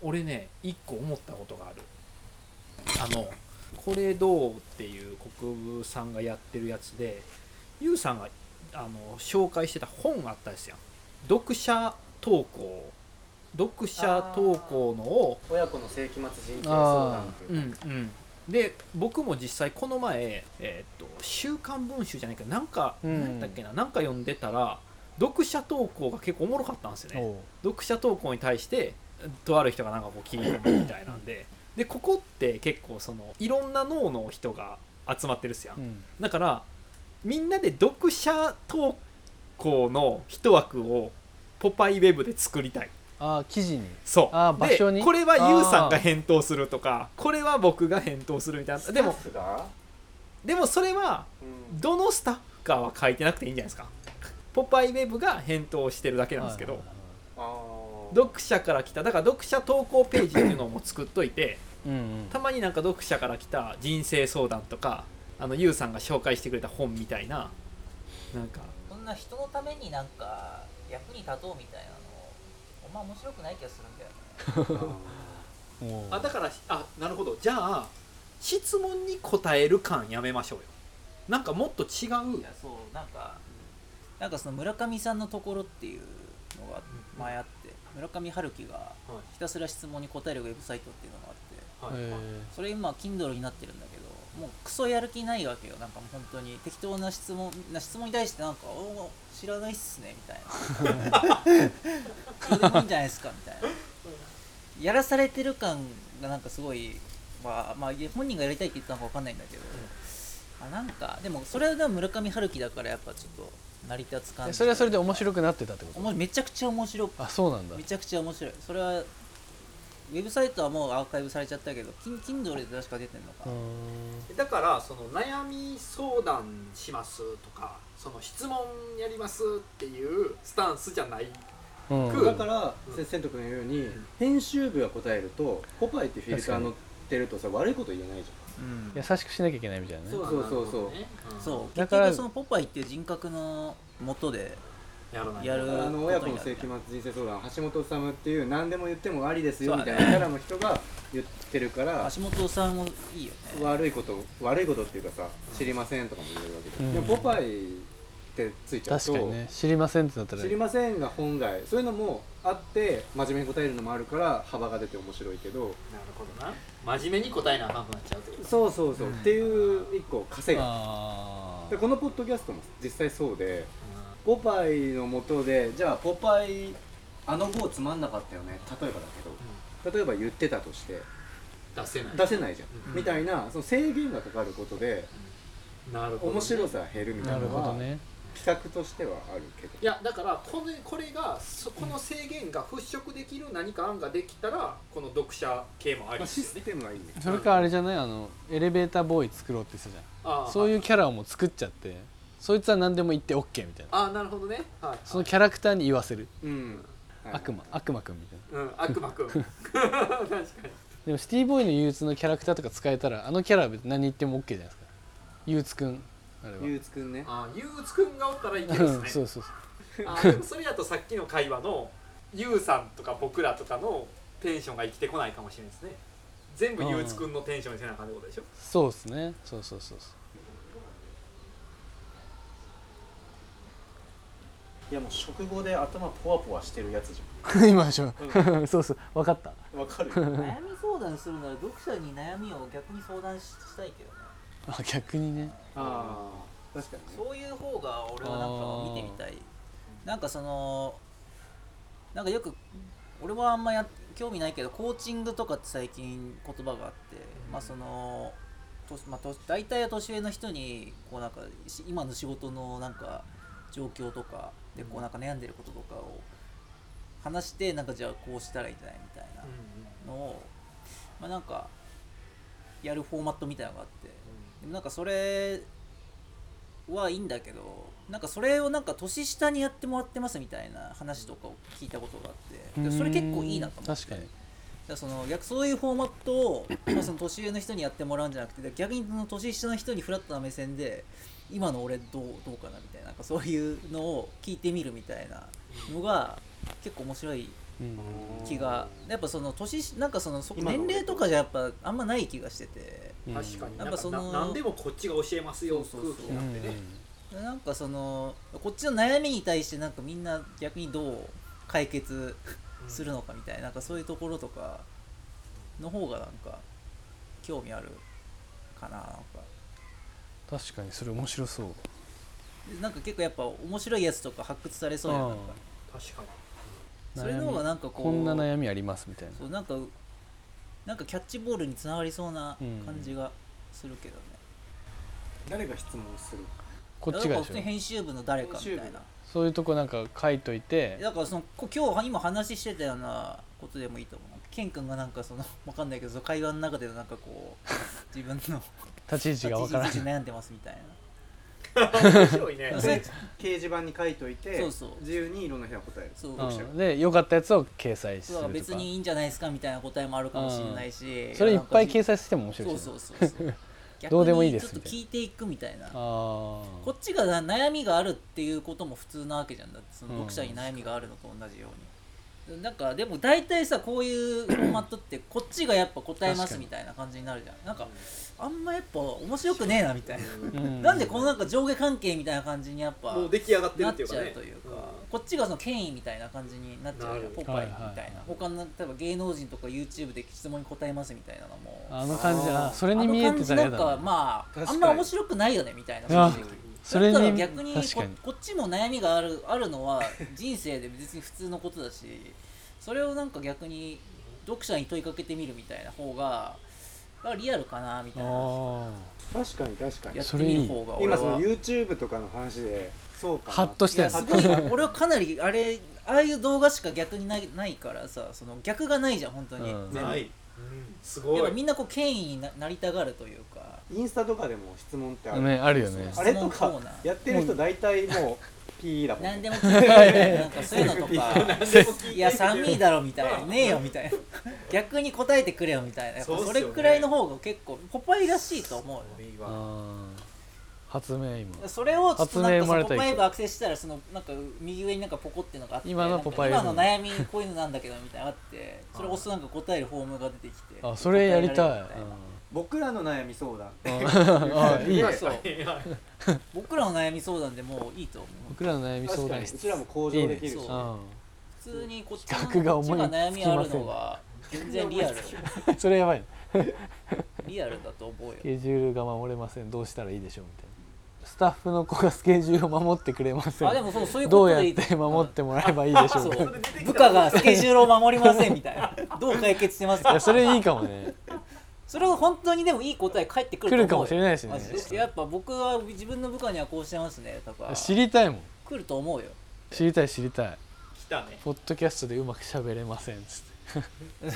俺ね一個思ったことがあるあの「これどう?」っていう国分さんがやってるやつでゆうさんがあの紹介してた本があったんですよ読者投稿読者投稿のを親子の世紀末人権相あ談ーとういんううんで僕も実際この前「えーっと週刊文集」じゃないけどなんか、うんなんだっけななんか読んでたら読者投稿が結構おもろかったんですよねおう読者投稿に対してとある人がなんかこう聞いてみたいなんででここって結構そのいろんな脳の人が集まってるっすやん、うんだからみんなで読者投稿の一枠をポパイウェブで作りたいああ記事にそうあーで場所にこれはあーユウさんが返答するとかこれは僕が返答するみたいなでもスタッフが、でもそれはうんどのスタッフかは書いてなくていいんじゃないですかポパイウェブが返答してるだけなんですけど、はいはいはいあー読者から来ただから読者投稿ページっていうのも作っといてうんうんたまになんか読者から来た人生相談とかあのユウさんが紹介してくれた本みたいななんかそんな人のためになんか役に立とうみたいなのお前面白くない気がするんだよねおうあだからあなるほどじゃあ質問に答える感やめましょうよなんかもっと違いやそうなんかなんかその村上さんのところっていうのが前あって村上春樹がひたすら質問に答えるウェブサイトっていうのがあってはいへそれ今 Kindle になってるんだけどもうクソやる気ないわけよなんかもう本当に適当な質問な質問に対してなんか「おー知らないっすね」みた いな「どうでもいいんじゃないですか」みたいなやらされてる感がなんかすごいまあまあいや本人がやりたいって言ったのか分かんないんだけど、あなんかでもそれはでも村上春樹だからやっぱちょっと成り立つ感えじそれはそれで面い白くなってたってことめちゃくちゃ面白くあそうなんだめちゃくちゃ面白いそれはウェブサイトはもうアーカイブされちゃったけど Kin- Kindle で確か出てんのかうーな、んだからその悩み相談しますとかその質問やりますっていうスタンスじゃないうん食うだからせ千斗君の言うように、編集部が答えるとポパイってフィルター乗ってるとさ悪いこと言えないじうん優しくしなきゃいけないみたいなねそうそうそうそうそうだ結から局そのポパイっていう人格のもとでやらないやゃるん、あの親子の世紀末人生相談橋本治っていう何でも言ってもありですよみたいなキャラの人が言ってるから橋本さんもいいよね悪いこと悪いことっていうかさ知りませんとかも言えるわけで、うんでもポパイってついちゃうと確かにね知りませんってなったら知りませんが本来そういうのもあって真面目に答えるのもあるから幅が出て面白いけどなるほどな真面目に答えなあかんくなっちゃうってことそうそうそう、っていう一個稼があでこのポッドキャストも実際そうでポパイのもとでじゃあポパイあの号つまんなかったよね例えばだけど、例えば言ってたとして出せない出せないじゃん、うんみたいなその制限がかかることでなるほどね面白さが減るみーたないるなほのどは、ね企画としてはあるけどいやだからこれこれがそこの制限が払拭できる何か案ができたらこの読者系もありまであ、すシよスね、テムはいいねそれかあれじゃないあのエレベーターボーイ作ろうって言ってたじあゃんあそういううキャラをもう作っちゃってそいつは何でも言って OK みたいなああなるほどねはいはいそのキャラクターに言わせるうん、はい悪魔悪魔くんみたいなうん悪魔くん 確かにでもシティボーイの憂鬱のキャラクターとか使えたらあのキャラは別に何言っても OK じゃないですか憂鬱くんあれはゆうつくんねああ憂鬱くんがおったらいいけどうんですそねうそうそうあでもそれやとさっきの会話のゆうさんとか僕らとかのテンションが生きてこないかもしれないですね全部ゆうつくんのテンションにせなあかんってことでしょそうですねそうそうそうそういやもう食後で頭ポワポワしてるやつじ 今でしょ、そうそう分かったゃんわかる よ悩み相談するなら読者に悩みを逆に相談ししたいけどねあ逆にねああ確かにねそういう方が俺はなんか見てみたいなんかそのなんかよく俺はあんまや興味ないけどコーチングとかって最近言葉があって、まあそのとまあ、と大体は年上の人にこうなんかし今の仕事のなんか状況とかでこうなんか悩んでることとかを話してなんかじゃあこうしたらいいんじゃないみたいなのを、まあ、なんかやるフォーマットみたいなのがあってでもなんかそれはいいんだけどなんかそれをなんか年下にやってもらってますみたいな話とかを聞いたことがあってでそれ結構いいなと思って確かにだからその逆そういうフォーマットをまあその年上の人にやってもらうんじゃなくて逆にその年下の人にフラットな目線で今の俺どうどうかなみたいななんかそういうのを聞いてみるみたいなのが結構面白いうん気がやっぱその年しなんかそのそ年齢とかじゃやっぱあんまない気がしててうん確かになやんっかぱそのな何でもこっちが教えますよそうそうそう空気になってね、なんかそのこっちの悩みに対してなんかみんな逆にどう解決うんするのかみたいななんかそういうところとかの方がなんか興味あるかななんか確かにそれ面白そうでなんか結構やっぱ面白いやつとか発掘されそうやんなんか確かにそれの方がなんかこうこんな悩みありますみたいなそうなんかなんかキャッチボールにつながりそうなうん感じがするけどね、誰が質問するこっちがだからで普し通にょ編集部の誰かみたい編集なそういうとこなんか書いといてだからそのこ今日今話してたようなことでもいいと思う健君がなんかそのわかんないけどその会話の中でのなんかこ う自分の立ち位置がわからな立ち位い置悩んでますみたいな面白いね それ掲示板に書いといてそうそう自由にいろんな人が答えるそう読者うんで良かったやつを掲載すそうるとからだか別にいいんじゃないですかみたいな答えもあるかもしれないしそれいっぱい掲なんか載しても面白いそうじゃんそうそうそう どうでもいいです逆にちょっと聞いていくみたいなああこっちがな悩みがあるっていうことも普通なわけじゃんだってそのうん読者に悩みがあるのと同じように、なんかでも大体さこういうフォーマットってこっちがやっぱ答えま確かすにみたいな感じになるじゃんなんかあんまやっぱ面白くねえなみたいな、うんなんでこのなんか上下関係みたいな感じにやっぱもう出来上がってるなっってちいうかゃねうというか、こっちがその権威みたいな感じになっちゃうじゃんなるポッパイみたいな、はいはい他の例えば芸能人とか YouTube で質問に答えますみたいなのもあの感じああーそれに見えてたらあ嫌だの感じなんかなま確あかあにんま面白くないよねみたいなあ正直それにだったら逆にこ確かにこっちも悩みがあるあるのは人生で別に普通のことだしそれをなんか逆に読者に問いかけてみるみたいな方がまあリアルかなみたいなあ確かに確かやってそれいいみる方が俺今そのは YouTube とかの話でそうかなハッとしいたやよすねごいわ俺はかなりあれああいう動画しか逆にないないからさその逆がないじゃん本当に、うんうんない、すごやっぱいみんなこう権威にななりたがるというかインスタとかでも質問ってある、ねあるよねあれと質問コかーナーやってる人大体もう P だもん何ねでも聞いてなんかそういうのとかいいや寒いだろみたいまなあねえよみたいな逆に答えてくれよみたいなやっぱそうっすそよれねくらいの方が結構ポパイらしいと思うよいいわあー発明今それをちょっとな発ん明生まかそれたのポ一個パイ部アクセスしたらそのなんか右上になんかポコってのがあって今のなんかポパイ部今の悩みこういうのなんだけどみたいな のがあってそれを押すとなんか答えるフォームが出てきてあそれやりたい答えられるみな僕らの悩み相談うんあーいいまあねそう僕らの悩み相談でもういいと思う僕らの悩み相確か談にう室ちらも向上できるしいいねあう普通にこっち企画がのこっち思いがつきません悩みあるのが全 然リアルんそれやばいねリアルだと思うよスケジュールが守れませんどうしたらいいでしょうみたいなスタッフの子がスケジュールを守ってくれませんあでもそうそういうどこうとやでいいって守ってもらえばいいでしょうそみたいなう部下がスケジュールを守りませんみたいなどう解決してますいやかそれいいかもねそれを本当にでもいい答え返ってくる来るかもしれないないしねやっぱ僕は自分の部下にはこうしてますねとか知りたいもん来ると思うよ 知りたい知りたい来たねポッドキャストでうまく喋れませんっつ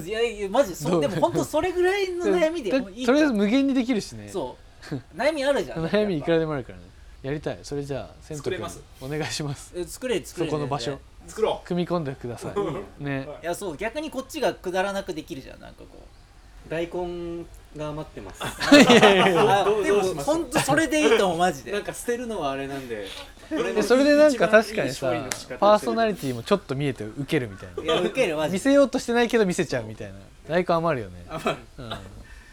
っいやいやマジどそうでも本当それぐらいのて悩みでだもういいとりあえず無限にできるしねそう悩みあるじゃん悩みいくらやっでもあるからねやりたいそれじゃあ千作斗れ君ますお願いしますぱえ作れる作れるそこの場所全然作ろ組み込んでくださいねはいやそう逆にこっちがくだらなくできるじゃんなんかこう大根が余ってますいやいやいやあどうでどうしもましょう本当それでいいと思うマジでなんか捨てるのはあれなんで でそれでなんか確かに一番いい処理の仕方さをしてるパーソナリティもちょっと見えてウケるみたいいや受けるなマ見ジで せようとしてないけど見せちゃうみたいな大根余るよねうん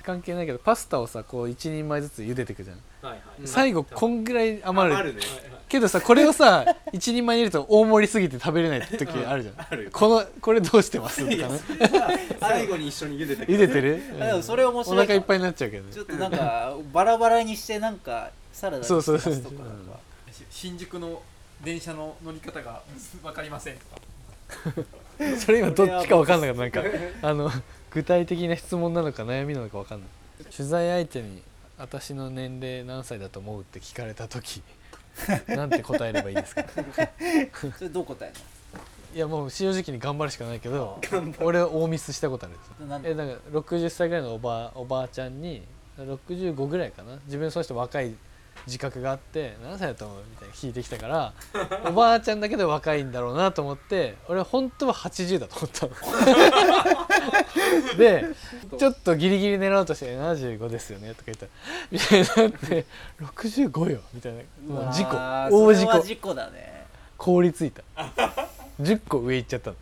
関係ないけどパスタをさこう一人前ずつ茹でていくじゃんはいはいうん最後こんぐらい余あるるね けどさこれをさ一人前に入れると大盛りすぎて食べれない時あるじゃあるよんこのこれどうしてますとかね最後に一緒に茹でて茹でてるあでもそれ面お白い腹いっかぱいになっちゃうけどねちょっとなんかバラバラにしてなんかサラダにしてそうそう出すそうとかなんか新宿の電車の乗り方が分かりません とかそれ今どっちか分かんなかったなんかあの具体的な質問なのか悩みなのか分かんない取材相手に「私の年齢何歳だと思う?」って聞かれた 時なんて答えればいいですかそれどう答えるいやもう正直に頑張るしかないけど俺は大ミスしたことあるんですよのなんえなんか60歳ぐらいのおばおばあちゃんに65ぐらいかな自分そうして若い自覚があって何歳だと思うみたいな聞いてきたから おばあちゃんだけど若いんだろうなと思って俺本当は80だと思ったのでちょっとギリギリ狙おうとして75ですよねとか言ったらみたいになって65よみたいなうもうわー事故大事それは故事故だね凍りついた10個上行っちゃったの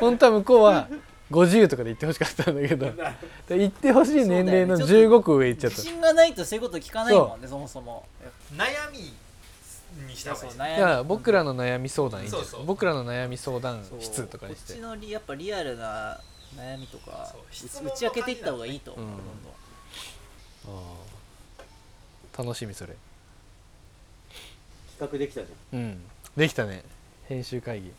本当は向こうは50とかで言ってほしかったんだけどで言ってほしい年齢のそうだよね15個上行っちゃっ自た信がないとそういうこと聞かないもんねそもそも悩みにしたそう方がそいういですね悩じゃあ僕らの悩み相談いいんじゃないそうそう僕らの悩み相談そう室とかにしこてっちのリやっぱリアルな悩みとかそううち質問打ち明けていった方がいいと思う、うんどんどんあー楽しみそれ企画できたじゃんうんできたね編集会議